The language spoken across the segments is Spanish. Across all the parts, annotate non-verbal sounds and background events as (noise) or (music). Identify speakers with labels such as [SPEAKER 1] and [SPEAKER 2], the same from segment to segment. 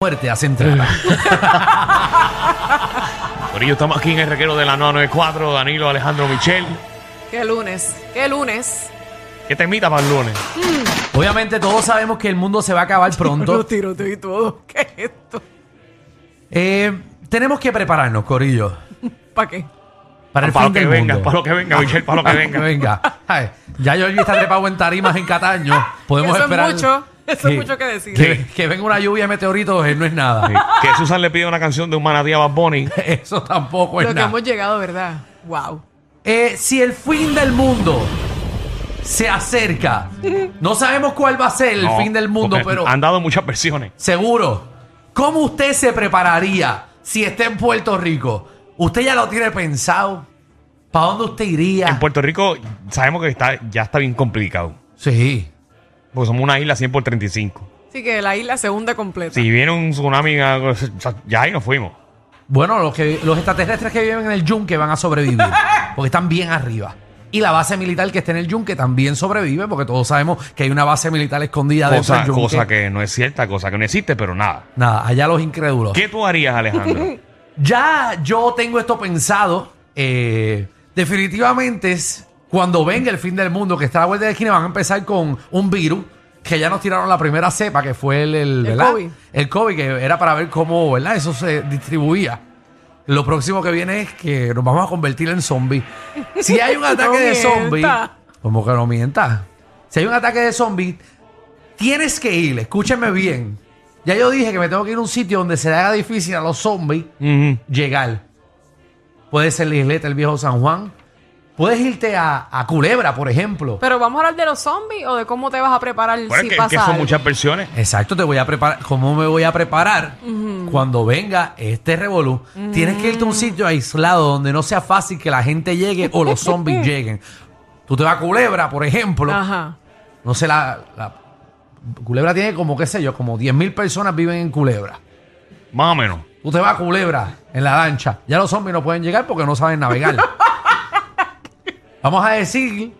[SPEAKER 1] muerte hace entrar.
[SPEAKER 2] (laughs) Por ello estamos aquí en el reguero de la 994, Danilo Alejandro Michel.
[SPEAKER 3] Qué lunes, qué lunes.
[SPEAKER 2] ¿Qué te invita para el lunes?
[SPEAKER 1] Obviamente todos sabemos que el mundo se va a
[SPEAKER 2] (laughs)
[SPEAKER 1] acabar
[SPEAKER 3] Los
[SPEAKER 1] pronto.
[SPEAKER 3] tiroteos y todo. (laughs) ¿Qué es esto?
[SPEAKER 1] Eh, tenemos que prepararnos, Corillo,
[SPEAKER 3] ¿Para qué?
[SPEAKER 1] para el
[SPEAKER 2] para
[SPEAKER 1] fin
[SPEAKER 2] lo que
[SPEAKER 1] del
[SPEAKER 2] venga,
[SPEAKER 1] mundo.
[SPEAKER 2] para lo que venga, Michel, para lo
[SPEAKER 1] (laughs)
[SPEAKER 2] que venga.
[SPEAKER 1] Ay, ya Georgie está trepado en tarimas en Cataño. Podemos
[SPEAKER 3] Eso es
[SPEAKER 1] esperar
[SPEAKER 3] mucho, eso es mucho que decir.
[SPEAKER 1] Que, que venga una lluvia de meteoritos eh, no es nada.
[SPEAKER 2] Sí. Que Susan le pide una canción de un manatí a Bad Bunny.
[SPEAKER 1] (laughs) Eso tampoco es
[SPEAKER 3] Lo que
[SPEAKER 1] nada.
[SPEAKER 3] hemos llegado, ¿verdad? Wow.
[SPEAKER 1] Eh, si el fin del mundo se acerca, no sabemos cuál va a ser el
[SPEAKER 2] No,
[SPEAKER 1] fin del mundo,
[SPEAKER 2] porque
[SPEAKER 1] pero...
[SPEAKER 2] Han dado muchas versiones.
[SPEAKER 1] Seguro. ¿Cómo usted se prepararía si está en Puerto Rico? ¿Usted ya lo tiene pensado? ¿Para dónde usted
[SPEAKER 2] En
[SPEAKER 1] iría?
[SPEAKER 2] Puerto Rico sabemos que está, ya está bien complicado.
[SPEAKER 1] Sí.
[SPEAKER 2] Porque somos una isla 100 por 35.
[SPEAKER 3] Así que la isla se hunde completa.
[SPEAKER 2] Si viene un tsunami, algo, o sea, ya ahí nos fuimos.
[SPEAKER 1] Bueno, los, que, los extraterrestres que viven en el yunque van a
[SPEAKER 2] (laughs)
[SPEAKER 1] sobrevivir porque están bien arriba. Y la base militar que está en el yunque también sobrevive porque todos sabemos que hay una base militar escondida dentro
[SPEAKER 2] Cosa,
[SPEAKER 1] del yunque.
[SPEAKER 2] cosa que no es cierta, cosa que no existe, pero nada.
[SPEAKER 1] Nada, allá los incrédulos.
[SPEAKER 2] ¿Qué tú harías,
[SPEAKER 1] (laughs)
[SPEAKER 2] Alejandro?
[SPEAKER 1] Ya yo tengo esto pensado. eh, definitivamente es cuando venga el fin del mundo, que está a la vuelta de la esquina, van a empezar con un virus que ya nos tiraron la primera cepa, que fue el, el, ¿verdad?
[SPEAKER 3] COVID.
[SPEAKER 1] El COVID, que era para ver cómo ¿verdad? eso se distribuía. Lo próximo que viene es que nos vamos a convertir en zombies. Si
[SPEAKER 3] (laughs)
[SPEAKER 1] hay un ataque de
[SPEAKER 3] mienta.
[SPEAKER 1] zombies, como que no mientas. Si hay un ataque de zombies, tienes que ir, escúchenme bien. Ya yo dije que me tengo que ir a un sitio donde se le haga difícil a los zombies
[SPEAKER 2] Ujú.
[SPEAKER 1] llegar. Puede ser la isleta el viejo San Juan. Puedes irte a, a Culebra, por ejemplo.
[SPEAKER 3] Pero vamos a hablar de los zombies o de cómo te vas a preparar
[SPEAKER 2] Bueno,
[SPEAKER 3] si
[SPEAKER 2] es que,
[SPEAKER 3] pasa
[SPEAKER 2] que son
[SPEAKER 3] algo?
[SPEAKER 2] muchas versiones.
[SPEAKER 1] Exacto, te voy a preparar. ¿Cómo me voy a preparar cuando venga este revolú? Tienes que irte a un sitio aislado donde no sea fácil que la gente llegue o los zombies lleguen. Tú te vas a Culebra, por ejemplo.
[SPEAKER 3] Ajá.
[SPEAKER 1] No sé, la, la- Culebra tiene como, qué sé yo, como 10.000 personas viven en Culebra.
[SPEAKER 2] Más o menos.
[SPEAKER 1] Tú te vas a Culebra en la lancha. Ya los zombies no pueden llegar porque no saben navegar. (laughs) Vamos a decir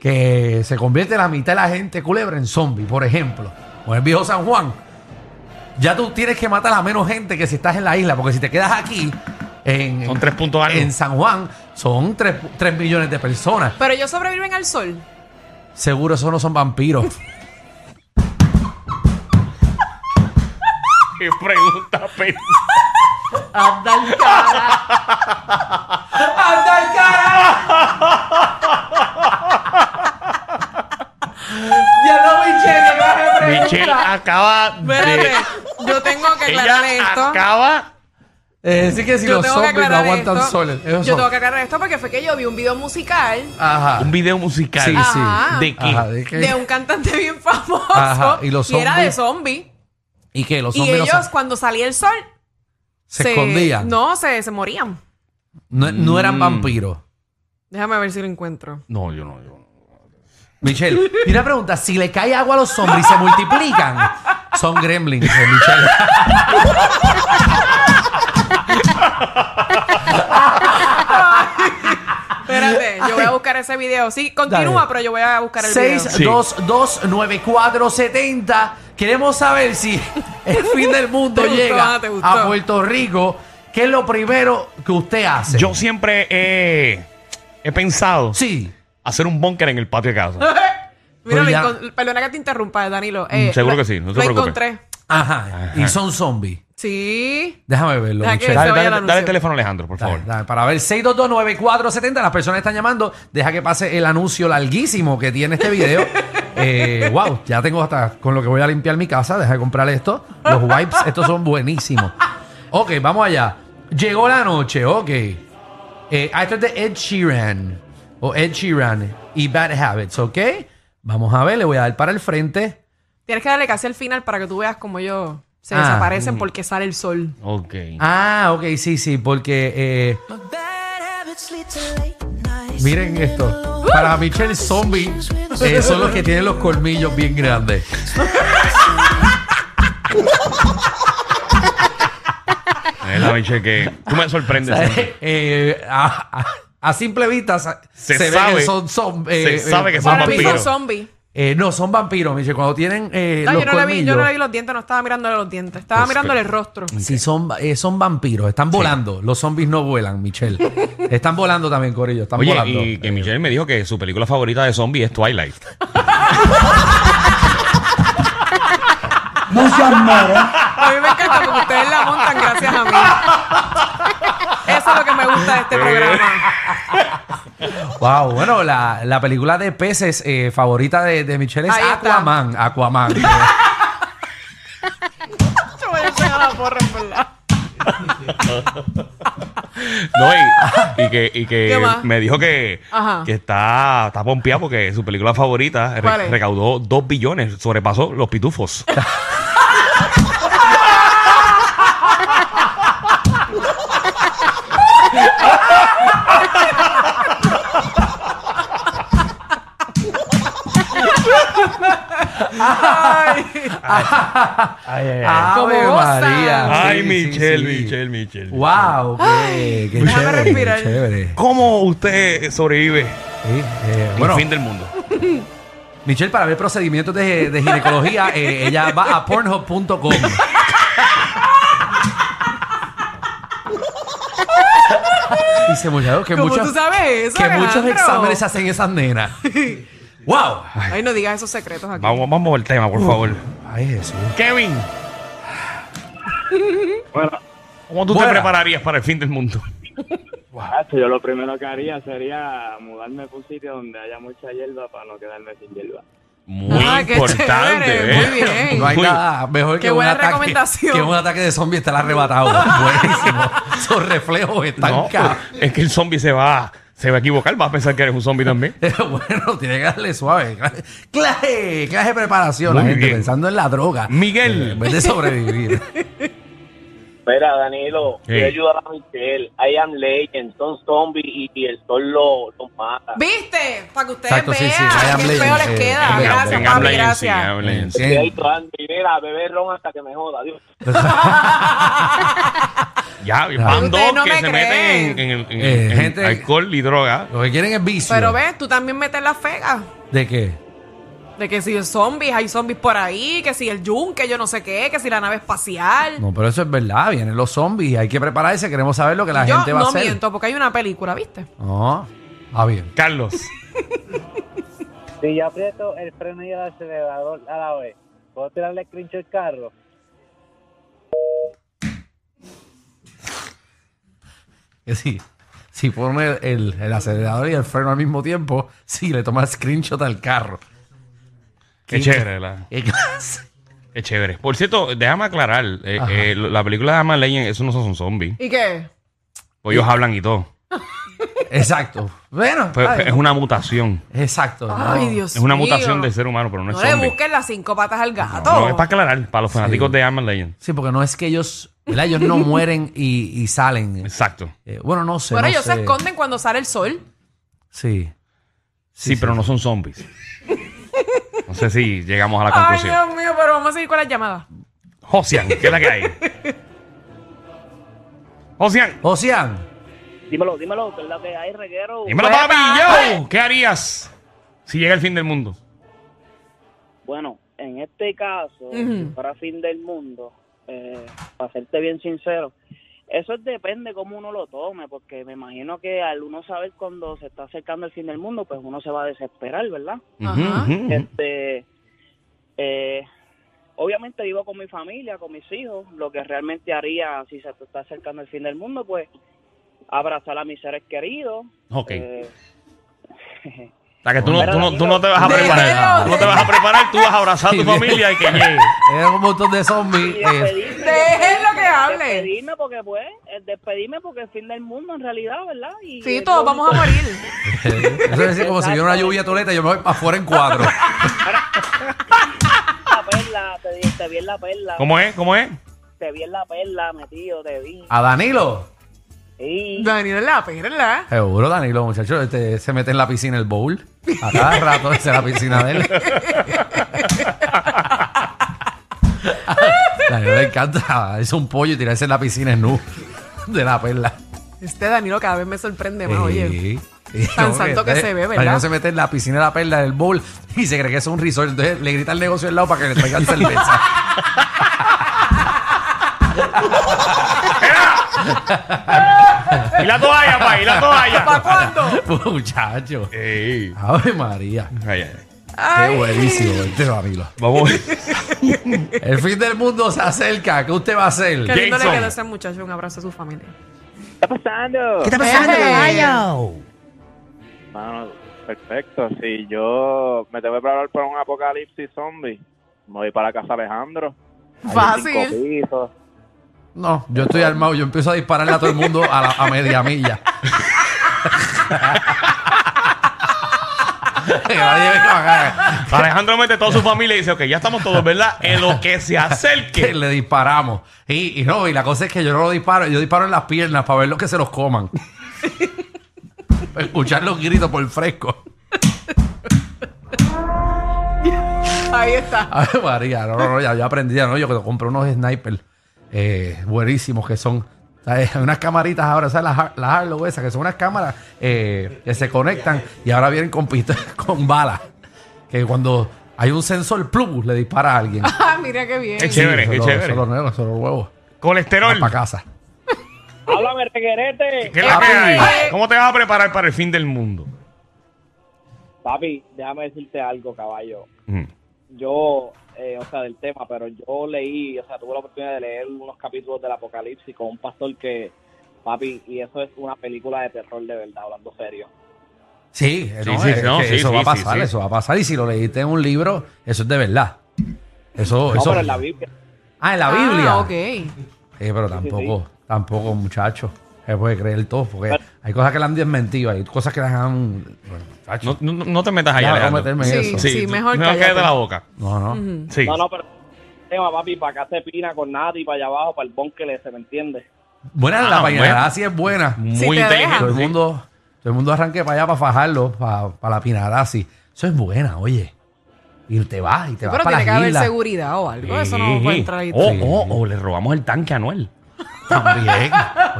[SPEAKER 1] que se convierte la mitad de la gente de Culebra en zombie, por ejemplo. O en el viejo San Juan. Ya tú tienes que matar a menos gente que si estás en la isla, porque si te quedas aquí en,
[SPEAKER 2] Son tres puntos algo.
[SPEAKER 1] en San Juan, son 3, millones de personas.
[SPEAKER 3] Pero ellos sobreviven al sol.
[SPEAKER 1] Seguro esos no son vampiros.
[SPEAKER 2] Qué pregunta, pendeja.
[SPEAKER 3] Anda el cara.
[SPEAKER 1] (laughs) ¡Anda al carajo! (laughs) ¡Ya no, Michelle! ¡Baja
[SPEAKER 2] Michelle acaba
[SPEAKER 3] Espérate,
[SPEAKER 2] de...
[SPEAKER 3] yo tengo que aclarar
[SPEAKER 2] Ella
[SPEAKER 3] esto.
[SPEAKER 2] acaba...
[SPEAKER 1] Eh, sí que si
[SPEAKER 3] yo
[SPEAKER 1] los
[SPEAKER 3] tengo que
[SPEAKER 1] zombies no
[SPEAKER 3] aclarar
[SPEAKER 1] aguantan
[SPEAKER 3] esto.
[SPEAKER 1] soles. esos
[SPEAKER 3] Yo
[SPEAKER 1] son-
[SPEAKER 3] tengo que aclarar esto porque fue que yo vi un video musical
[SPEAKER 1] Ajá.
[SPEAKER 2] Un video musical. Ah.
[SPEAKER 1] Sí, sí.
[SPEAKER 3] Ajá.
[SPEAKER 2] ¿De qué?
[SPEAKER 1] Ajá, ¿de qué?
[SPEAKER 3] de un cantante bien (laughs) famoso
[SPEAKER 1] Ajá, y los
[SPEAKER 3] era
[SPEAKER 1] zombies.
[SPEAKER 3] de zombie.
[SPEAKER 1] ¿Y qué? Los
[SPEAKER 3] Y
[SPEAKER 1] zombies no
[SPEAKER 3] ellos,
[SPEAKER 1] sa-
[SPEAKER 3] cuando salía el sol,
[SPEAKER 1] se, escondían. No,
[SPEAKER 3] No, se, se morían.
[SPEAKER 1] no eran
[SPEAKER 2] Mm.
[SPEAKER 1] vampiros.
[SPEAKER 3] Déjame ver si lo encuentro.
[SPEAKER 2] No, yo no, yo no.
[SPEAKER 1] Michelle, y una pregunta: si le cae agua a los zombies, ¿se multiplican? Son gremlins, eh, Michelle.
[SPEAKER 2] (laughs)
[SPEAKER 3] Espérate, yo voy a buscar ese video. Sí, continúa,
[SPEAKER 1] Dale.
[SPEAKER 3] (laughs) pero yo voy a buscar el video.
[SPEAKER 1] 6229470. Queremos saber si el fin del mundo
[SPEAKER 3] (laughs) Te gustó,
[SPEAKER 1] llega
[SPEAKER 3] ah, te gustó.
[SPEAKER 1] a Puerto Rico. ¿Qué es lo primero que usted hace?
[SPEAKER 2] Yo siempre he, he pensado
[SPEAKER 1] sí.
[SPEAKER 2] hacer un búnker en el patio de casa.
[SPEAKER 3] (laughs) Mira,
[SPEAKER 1] Pero
[SPEAKER 3] lo
[SPEAKER 1] ya-
[SPEAKER 3] encon- perdona que te interrumpa, Danilo. Eh,
[SPEAKER 2] Mm, seguro que sí, no te
[SPEAKER 3] lo
[SPEAKER 2] preocupes.
[SPEAKER 3] encontré.
[SPEAKER 1] Ajá. Y son zombies.
[SPEAKER 3] Sí.
[SPEAKER 1] Déjame verlo,
[SPEAKER 3] Deja que
[SPEAKER 1] Michelle.
[SPEAKER 3] se
[SPEAKER 2] Dale,
[SPEAKER 3] vaya
[SPEAKER 2] dale,
[SPEAKER 3] el
[SPEAKER 2] dale
[SPEAKER 3] anuncio.
[SPEAKER 2] el teléfono, Alejandro, por favor.
[SPEAKER 1] Dale, dale, para ver, 6229470, las personas están llamando. Deja que pase el anuncio larguísimo que tiene este video. Eh, wow, ya tengo hasta con lo que voy a limpiar mi casa. Deja de comprar esto. Los wipes, estos son buenísimos. Ok, vamos allá. Llegó la noche, ok. Eh, ah, esto es de Ed Sheeran. O Ed Sheeran y Bad Habits, ok. Vamos a ver, le voy a dar para el frente.
[SPEAKER 3] Tienes que darle casi al final para que tú veas cómo ellos se
[SPEAKER 1] Ah.
[SPEAKER 2] mm.
[SPEAKER 3] desaparecen porque sale el sol.
[SPEAKER 2] Ok.
[SPEAKER 1] Ah, ok, sí, sí, porque. eh, Miren esto. Para Michelle Zombie eh, son los que tienen los colmillos bien grandes.
[SPEAKER 2] Es la bicha que tú me sorprendes. siempre.
[SPEAKER 1] Eh, a, a- a simple vista sa- se,
[SPEAKER 2] Se
[SPEAKER 1] ve
[SPEAKER 2] sabe-
[SPEAKER 1] que son zombies.
[SPEAKER 2] se sabe que son
[SPEAKER 3] Para mí
[SPEAKER 2] vampiros.
[SPEAKER 3] son zombies.
[SPEAKER 1] Eh, no, son vampiros, Michelle. Cuando tienen eh,
[SPEAKER 3] No,
[SPEAKER 1] los
[SPEAKER 3] yo, no le vi, yo no
[SPEAKER 1] colmillos,
[SPEAKER 3] le vi los dientes, no estaba mirándole los dientes. Estaba
[SPEAKER 2] Pues,
[SPEAKER 3] mirándole el
[SPEAKER 2] pero-
[SPEAKER 3] rostro.
[SPEAKER 1] Sí, son, eh, son vampiros. Están volando. Los zombies no vuelan, Michelle. están volando también, Corillo. Están
[SPEAKER 2] Oye,
[SPEAKER 1] volando.
[SPEAKER 2] y que Michelle me dijo que su película favorita de zombie es Twilight.
[SPEAKER 4] No seas malo.
[SPEAKER 3] A mí me encanta porque ustedes la montan gracias a mí. Eso es lo que me gusta de este programa.
[SPEAKER 1] Wow, bueno, la, la película de peces eh, favorita de, de Michelle es
[SPEAKER 3] Ahí está.
[SPEAKER 1] Aquaman. Aquaman.
[SPEAKER 2] (laughs)
[SPEAKER 3] Yo voy a llegar a la porra, en verdad.
[SPEAKER 2] No, y, y que, y que
[SPEAKER 3] ¿Qué más?
[SPEAKER 2] me dijo que,
[SPEAKER 3] Ajá.
[SPEAKER 2] que está, está pompeado porque su película favorita re-
[SPEAKER 3] ¿Cuál es?
[SPEAKER 2] recaudó 2 billones, sobrepasó Los Pitufos.
[SPEAKER 3] Ay.
[SPEAKER 4] Ay, ay, ay.
[SPEAKER 1] Ah, Ave
[SPEAKER 3] Como gozan.
[SPEAKER 1] María.
[SPEAKER 2] Ay,
[SPEAKER 1] Sí,
[SPEAKER 2] Michelle,
[SPEAKER 1] sí, sí.
[SPEAKER 2] Michelle, Michelle.
[SPEAKER 1] Wow, qué, qué
[SPEAKER 3] Déjame
[SPEAKER 1] chévere,
[SPEAKER 3] respirar.
[SPEAKER 1] qué chévere.
[SPEAKER 2] ¿Cómo usted sobrevive
[SPEAKER 1] Sí, eh,
[SPEAKER 2] el
[SPEAKER 1] bueno,
[SPEAKER 2] fin del mundo?
[SPEAKER 1] Michelle, para ver procedimientos de, de ginecología, eh, ella va a pornhub.com. Dice muchachos que
[SPEAKER 3] ¿Cómo
[SPEAKER 1] muchos,
[SPEAKER 3] tú sabes eso,
[SPEAKER 1] que muchos
[SPEAKER 3] Alejandro?
[SPEAKER 1] exámenes hacen esas
[SPEAKER 3] (laughs)
[SPEAKER 1] nenas. ¡Wow!
[SPEAKER 3] Ay, no digas esos secretos aquí.
[SPEAKER 2] Vamos, vamos al tema, por favor.
[SPEAKER 1] Ay, Jesús.
[SPEAKER 2] Kevin,
[SPEAKER 5] Bueno,
[SPEAKER 2] ¿cómo tú
[SPEAKER 1] Buena.
[SPEAKER 2] te prepararías para el fin del mundo?
[SPEAKER 5] macho, yo lo primero que haría sería mudarme a un sitio donde haya mucha hierba para no quedarme sin hierba.
[SPEAKER 2] Muy
[SPEAKER 3] Ah, qué
[SPEAKER 2] importante,
[SPEAKER 3] chévere,
[SPEAKER 2] ¿eh?
[SPEAKER 3] muy bien.
[SPEAKER 1] No hay
[SPEAKER 2] Uy.
[SPEAKER 1] nada mejor
[SPEAKER 3] Qué
[SPEAKER 1] que, un
[SPEAKER 3] buena
[SPEAKER 1] ataque,
[SPEAKER 3] recomendación.
[SPEAKER 1] que un ataque de zombie estar arrebatado. (laughs) Buenísimo. Sus reflejos están
[SPEAKER 2] No,
[SPEAKER 1] ca-
[SPEAKER 2] es que el zombie se va, se va a equivocar, va a pensar que eres un zombie también.
[SPEAKER 1] (laughs) bueno, tiene que darle suave. Clase, clase de preparación. la
[SPEAKER 2] Muy
[SPEAKER 1] gente
[SPEAKER 2] bien.
[SPEAKER 1] pensando en la droga.
[SPEAKER 2] Miguel.
[SPEAKER 1] Eh, En vez de
[SPEAKER 2] (laughs)
[SPEAKER 1] sobrevivir.
[SPEAKER 6] Espera, Danilo,
[SPEAKER 2] Sí.
[SPEAKER 6] voy a ayudar a Michelle. I am legend, son zombies y, y el sol lo, lo mata.
[SPEAKER 3] ¿Viste? Para que ustedes
[SPEAKER 1] Exacto, sí,
[SPEAKER 3] vean
[SPEAKER 1] sí. I am
[SPEAKER 3] qué
[SPEAKER 1] legend,
[SPEAKER 3] feo les
[SPEAKER 1] eh,
[SPEAKER 3] queda.
[SPEAKER 1] I am
[SPEAKER 3] gracias,
[SPEAKER 1] legend,
[SPEAKER 3] papi,
[SPEAKER 2] habla en sí,
[SPEAKER 3] gracias.
[SPEAKER 2] habla en sí.
[SPEAKER 6] Y ahí
[SPEAKER 1] Bien.
[SPEAKER 6] toda mira, beber ron hasta que me joda. Dios.
[SPEAKER 2] Ya,
[SPEAKER 1] Ustedes
[SPEAKER 2] van dos
[SPEAKER 3] no
[SPEAKER 2] que
[SPEAKER 3] me
[SPEAKER 2] se
[SPEAKER 3] creen.
[SPEAKER 2] meten en, en- en-
[SPEAKER 1] Eh,
[SPEAKER 2] en
[SPEAKER 1] gente-
[SPEAKER 2] alcohol y droga.
[SPEAKER 1] Lo que quieren es vicio.
[SPEAKER 3] Pero ves, tú también metes la fega.
[SPEAKER 1] ¿De qué?
[SPEAKER 3] De que si zombies, hay zombies por ahí, que si el yunque, yo no sé qué, que si la nave espacial.
[SPEAKER 1] No, pero eso es verdad. Vienen los zombies. Hay que prepararse. Queremos saber lo que la
[SPEAKER 3] yo
[SPEAKER 1] gente va
[SPEAKER 3] no
[SPEAKER 1] a hacer.
[SPEAKER 3] miento, porque hay una película, ¿viste?
[SPEAKER 1] No. Ah, bien.
[SPEAKER 2] Carlos,
[SPEAKER 7] Si yo aprieto el freno y el acelerador a la vez, ¿puedo tirarle crincho al carro?
[SPEAKER 1] Que sí. Si pone el, el- el acelerador y el freno al mismo tiempo, sí, le toma screenshot al carro.
[SPEAKER 2] qué chévere, la-
[SPEAKER 1] (laughs) ¿Qué clase?
[SPEAKER 2] qué chévere. Por cierto, déjame aclarar, eh,
[SPEAKER 1] Ajá.
[SPEAKER 2] eh, lo- la película de Ama Legend, eso no son zombies.
[SPEAKER 3] ¿Y qué?
[SPEAKER 2] Pues ellos hablan y todo.
[SPEAKER 1] Exacto. Bueno,
[SPEAKER 2] Pero
[SPEAKER 1] está bien.
[SPEAKER 2] Pues, es una mutación.
[SPEAKER 1] exacto. ¿no?
[SPEAKER 3] Ay, Dios
[SPEAKER 2] Es una
[SPEAKER 3] mío.
[SPEAKER 2] mutación del ser humano, pero no es
[SPEAKER 3] No le
[SPEAKER 2] zombie.
[SPEAKER 3] busquen las cinco patas al
[SPEAKER 2] No,
[SPEAKER 3] gato.
[SPEAKER 2] no, es para aclarar, para los fanáticos de Ama Legend.
[SPEAKER 1] Sí, porque no es que ellos, ¿verdad? Ellos no mueren y, y salen.
[SPEAKER 2] Exacto.
[SPEAKER 1] Eh, bueno, no sé.
[SPEAKER 3] bueno,
[SPEAKER 1] no
[SPEAKER 3] ellos
[SPEAKER 1] sé.
[SPEAKER 3] se esconden cuando sale el sol.
[SPEAKER 1] Sí.
[SPEAKER 2] Sí, pero no son zombies. No sé si llegamos a la
[SPEAKER 3] Ay,
[SPEAKER 2] conclusión.
[SPEAKER 3] Dios mío, pero vamos a seguir con las llamadas.
[SPEAKER 2] Josian, ¿qué es la que
[SPEAKER 3] (laughs)
[SPEAKER 2] hay? Josian,
[SPEAKER 1] Ocean,
[SPEAKER 7] Dímelo, dímelo, que es la que hay, reguero.
[SPEAKER 2] dímelo papi, yo. ¿Qué harías si llega el fin del mundo?
[SPEAKER 7] Bueno, en este caso,
[SPEAKER 3] Ujú.
[SPEAKER 7] para fin del mundo, eh, para serte bien sincero, eso depende cómo uno lo tome, porque me imagino que al uno saber cuando se está acercando el fin del mundo, pues uno se va a desesperar, ¿verdad?
[SPEAKER 2] Ujú,
[SPEAKER 3] Ajá.
[SPEAKER 2] ujú, ujú.
[SPEAKER 7] Este, eh, obviamente vivo con mi familia, con mis hijos. Lo que realmente haría si se te está acercando el fin del mundo, pues abrazar a mis seres queridos.
[SPEAKER 2] Ok.
[SPEAKER 7] eh,
[SPEAKER 2] O sea, que tú no, tú no- tú no te vas a
[SPEAKER 3] Pero,
[SPEAKER 2] preparar. Tú no te vas a preparar, tú vas a abrazar a tu
[SPEAKER 1] Sí, bien.
[SPEAKER 2] familia y que llegue.
[SPEAKER 1] era un montón de zombies.
[SPEAKER 7] y
[SPEAKER 1] eh,
[SPEAKER 7] despedirme,
[SPEAKER 3] Déjenlo que hable.
[SPEAKER 7] Despedirme porque pues, eh, despedirme porque el fin del mundo en realidad, ¿verdad? Y
[SPEAKER 3] Sí,
[SPEAKER 7] es
[SPEAKER 3] todos
[SPEAKER 7] lo
[SPEAKER 3] vamos a
[SPEAKER 7] único-
[SPEAKER 3] morir.
[SPEAKER 1] (laughs)
[SPEAKER 2] (laughs)
[SPEAKER 1] eso es decir, como si hubiera una lluvia toleta, yo me voy afuera en cuatro.
[SPEAKER 7] La perla, te, di- te vi en la perla,
[SPEAKER 2] ¿Cómo es? ¿Cómo es?
[SPEAKER 7] te vi en la perla, metido, te vi.
[SPEAKER 1] A Danilo.
[SPEAKER 7] Sí.
[SPEAKER 3] Daniel es la perla.
[SPEAKER 1] Seguro, Danilo, muchachos. Este, se mete en la piscina el bowl. A
[SPEAKER 3] (laughs)
[SPEAKER 1] cada rato esa es la piscina de él. Danilo le encanta. Es un pollo y tirarse en la piscina es nu. De la perla.
[SPEAKER 3] Este Danilo cada vez me sorprende más, oye.
[SPEAKER 1] Sí.
[SPEAKER 3] Tan
[SPEAKER 1] No,
[SPEAKER 3] santo que
[SPEAKER 1] usted-
[SPEAKER 3] se ve,
[SPEAKER 1] para que
[SPEAKER 3] ¿verdad?
[SPEAKER 1] no se mete en la piscina de la perla del bowl y se cree que es un resort. Entonces le grita al negocio del lado para que le
[SPEAKER 3] (laughs)
[SPEAKER 1] traigan cerveza.
[SPEAKER 2] Y la toalla, pa, y la
[SPEAKER 3] ¿Para
[SPEAKER 2] toalla. (laughs)
[SPEAKER 3] cuándo?
[SPEAKER 1] Muchacho.
[SPEAKER 2] Ey.
[SPEAKER 1] Ave María.
[SPEAKER 2] Ay, ay.
[SPEAKER 1] Qué buenísimo este Danilo.
[SPEAKER 2] Vamos.
[SPEAKER 1] El fin del mundo se acerca. ¿Qué usted va a hacer?
[SPEAKER 3] Qué lindo le
[SPEAKER 2] Jason.
[SPEAKER 3] quedó a ese muchacho. Un abrazo a su familia.
[SPEAKER 5] está pasando?
[SPEAKER 4] ¿Qué está pasando,
[SPEAKER 3] Eh.
[SPEAKER 4] caballo?
[SPEAKER 5] Mano, perfecto. Si yo me tengo que preparar para un apocalipsis zombie, me voy para la casa Alejandro. Hay
[SPEAKER 3] Fácil.
[SPEAKER 5] cinco pisos.
[SPEAKER 1] No, yo estoy armado. Yo empiezo a dispararle a todo el mundo a, la- a media milla. (laughs) Que nadie venga para acá,
[SPEAKER 2] Alejandro mete toda su familia y dice, ok, ya estamos todos,
[SPEAKER 1] (laughs)
[SPEAKER 2] ¿verdad? En lo que se
[SPEAKER 1] que
[SPEAKER 2] acerque.
[SPEAKER 1] le disparamos. Y, y no, y la cosa es que yo no lo disparo, yo disparo en las piernas para ver los que se los coman. (laughs) Para Escuchar los gritos por el fresco.
[SPEAKER 3] Ahí está. (laughs)
[SPEAKER 1] Ay, María, no, no, no, ya yo aprendí, ya, ¿no? Yo que compré unos snipers eh, buenísimos que son. ¿sabes? Hay unas camaritas ahora, ¿sabes? Las, Har- las Harlow esas, que son unas cámaras eh, que se conectan y ahora vienen con, pist- (laughs) con balas. Que cuando hay un sensor, plum, le dispara a alguien.
[SPEAKER 3] Ah, mira qué bien.
[SPEAKER 2] Qué chévere,
[SPEAKER 1] Sí,
[SPEAKER 2] qué
[SPEAKER 1] eso lo-
[SPEAKER 2] chévere.
[SPEAKER 1] Eso lo nuevo, eso lo huevo.
[SPEAKER 2] Colesterol.
[SPEAKER 1] Para casa.
[SPEAKER 6] Háblame, reguerete.
[SPEAKER 2] ¿Qué es la
[SPEAKER 1] Papi.
[SPEAKER 2] que hay? ¿Cómo te vas a preparar para el fin del mundo?
[SPEAKER 6] Papi, déjame decirte algo, caballo.
[SPEAKER 2] Mm.
[SPEAKER 6] Yo, eh, o sea, del tema, pero yo leí, o sea, tuve la oportunidad de leer unos capítulos del Apocalipsis con un pastor que, papi, y eso es una película de terror de verdad, hablando serio.
[SPEAKER 1] Sí,
[SPEAKER 2] Sí,
[SPEAKER 1] no,
[SPEAKER 2] sí,
[SPEAKER 1] es
[SPEAKER 2] no,
[SPEAKER 1] que
[SPEAKER 2] sí,
[SPEAKER 1] eso
[SPEAKER 2] sí,
[SPEAKER 1] va a
[SPEAKER 2] sí,
[SPEAKER 1] pasar,
[SPEAKER 2] sí.
[SPEAKER 1] eso va a pasar. Y si lo leíste en un libro, eso es de verdad.
[SPEAKER 6] No,
[SPEAKER 1] Eso, eso.
[SPEAKER 6] pero en la Biblia.
[SPEAKER 1] Ah, en la Biblia.
[SPEAKER 3] Ah, ok.
[SPEAKER 1] Sí, pero
[SPEAKER 6] Sí, sí,
[SPEAKER 1] tampoco, tampoco, muchachos. Se puede creer todo, porque hay cosas que le han desmentido, hay cosas que las han. Bueno, muchacho,
[SPEAKER 2] No, no- no te metas
[SPEAKER 1] ya,
[SPEAKER 2] allá,
[SPEAKER 1] no
[SPEAKER 2] Alejandro.
[SPEAKER 1] meterme en
[SPEAKER 3] Sí,
[SPEAKER 1] eso.
[SPEAKER 3] sí, mejor
[SPEAKER 2] No
[SPEAKER 3] cállate.
[SPEAKER 2] de la boca.
[SPEAKER 1] No, no.
[SPEAKER 2] Sí.
[SPEAKER 6] No, no, pero tema, papi, para acá se pina con nada y para allá abajo, para el bonque le se me entiende.
[SPEAKER 1] Buena
[SPEAKER 2] Ah,
[SPEAKER 1] la
[SPEAKER 2] bueno.
[SPEAKER 1] pañalada, sí es buena.
[SPEAKER 3] Si
[SPEAKER 2] Muy
[SPEAKER 3] te
[SPEAKER 2] inteligente.
[SPEAKER 3] dejan.
[SPEAKER 1] Todo el
[SPEAKER 2] sí.
[SPEAKER 1] mundo, todo el mundo arranque para allá para fajarlo, para, para la pinada, sí. Eso es buena, oye. Y te vas, y te vas
[SPEAKER 3] Pero
[SPEAKER 1] para
[SPEAKER 3] tiene que
[SPEAKER 1] la
[SPEAKER 3] haber
[SPEAKER 1] isla.
[SPEAKER 3] seguridad o algo. Eso no puede entrar ahí.
[SPEAKER 2] Oh, oh, oh, le robamos el tanque a Noel.
[SPEAKER 1] También.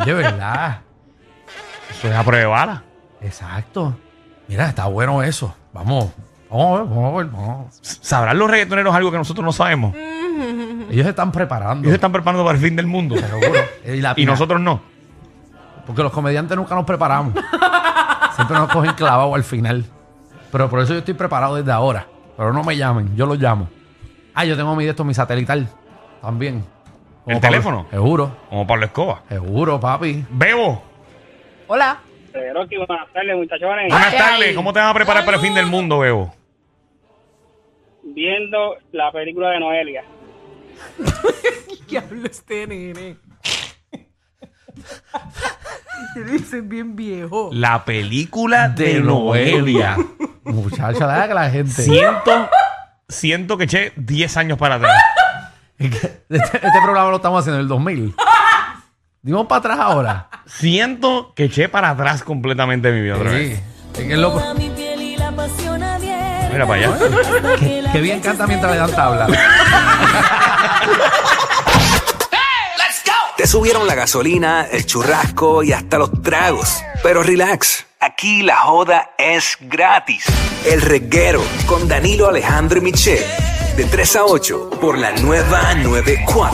[SPEAKER 1] Oye, ¿verdad?
[SPEAKER 2] (laughs) Eso es a prueba de bala.
[SPEAKER 1] Exacto. Mira, está bueno eso. Vamos. Vamos, a ver, vamos, a ver, vamos.
[SPEAKER 2] ¿Sabrán los reggaetoneros algo que nosotros no sabemos?
[SPEAKER 1] Ellos se están preparando.
[SPEAKER 2] Ellos se están preparando para el fin del mundo.
[SPEAKER 1] Seguro. Y, la
[SPEAKER 2] (laughs) y
[SPEAKER 1] pina-
[SPEAKER 2] nosotros no.
[SPEAKER 1] Porque los comediantes nunca nos preparamos. Siempre nos cogen clavado al final. Pero por eso yo estoy preparado desde ahora. Pero no me llamen, yo los llamo. Ah, yo tengo mi de esto, mi satelital. También. Como Pablo-
[SPEAKER 2] ¿El teléfono?
[SPEAKER 1] Seguro,
[SPEAKER 2] Como Pablo Escoba.
[SPEAKER 1] seguro, papi.
[SPEAKER 2] Bebo,
[SPEAKER 3] Hola.
[SPEAKER 6] Pero que buenas tardes, muchachones.
[SPEAKER 2] buenas
[SPEAKER 3] ¿Qué
[SPEAKER 2] tardes.
[SPEAKER 3] hay?
[SPEAKER 2] ¿Cómo te vas a preparar para el fin del mundo, Bebo?
[SPEAKER 6] Viendo la película de Noelia.
[SPEAKER 3] (laughs) ¿Qué habla este nene? (laughs) Te dicen bien viejo.
[SPEAKER 2] La película de,
[SPEAKER 1] Noelia.
[SPEAKER 2] Noelia.
[SPEAKER 1] Muchacha, deja que la gente.
[SPEAKER 2] Siento, siento que eché 10 años para atrás.
[SPEAKER 1] (laughs) Este, este programa lo estamos haciendo en el 2000. Dimos para atrás ahora.
[SPEAKER 2] Siento que eché para atrás completamente mi vida otra vez.
[SPEAKER 1] Sí. Es que es loco.
[SPEAKER 8] Toda mi piel y la pasión abierta.
[SPEAKER 2] Mira para allá.
[SPEAKER 8] Hasta que la
[SPEAKER 1] Que bien
[SPEAKER 8] noche
[SPEAKER 1] canta
[SPEAKER 8] esté
[SPEAKER 1] mientras le dan
[SPEAKER 8] dentro.
[SPEAKER 1] tabla.
[SPEAKER 9] Te subieron la gasolina, el churrasco y hasta los tragos. Pero relax, aquí la joda es gratis. El reguero con Danilo Alejandro y Michel, de 3 a 8 por la nueva 94.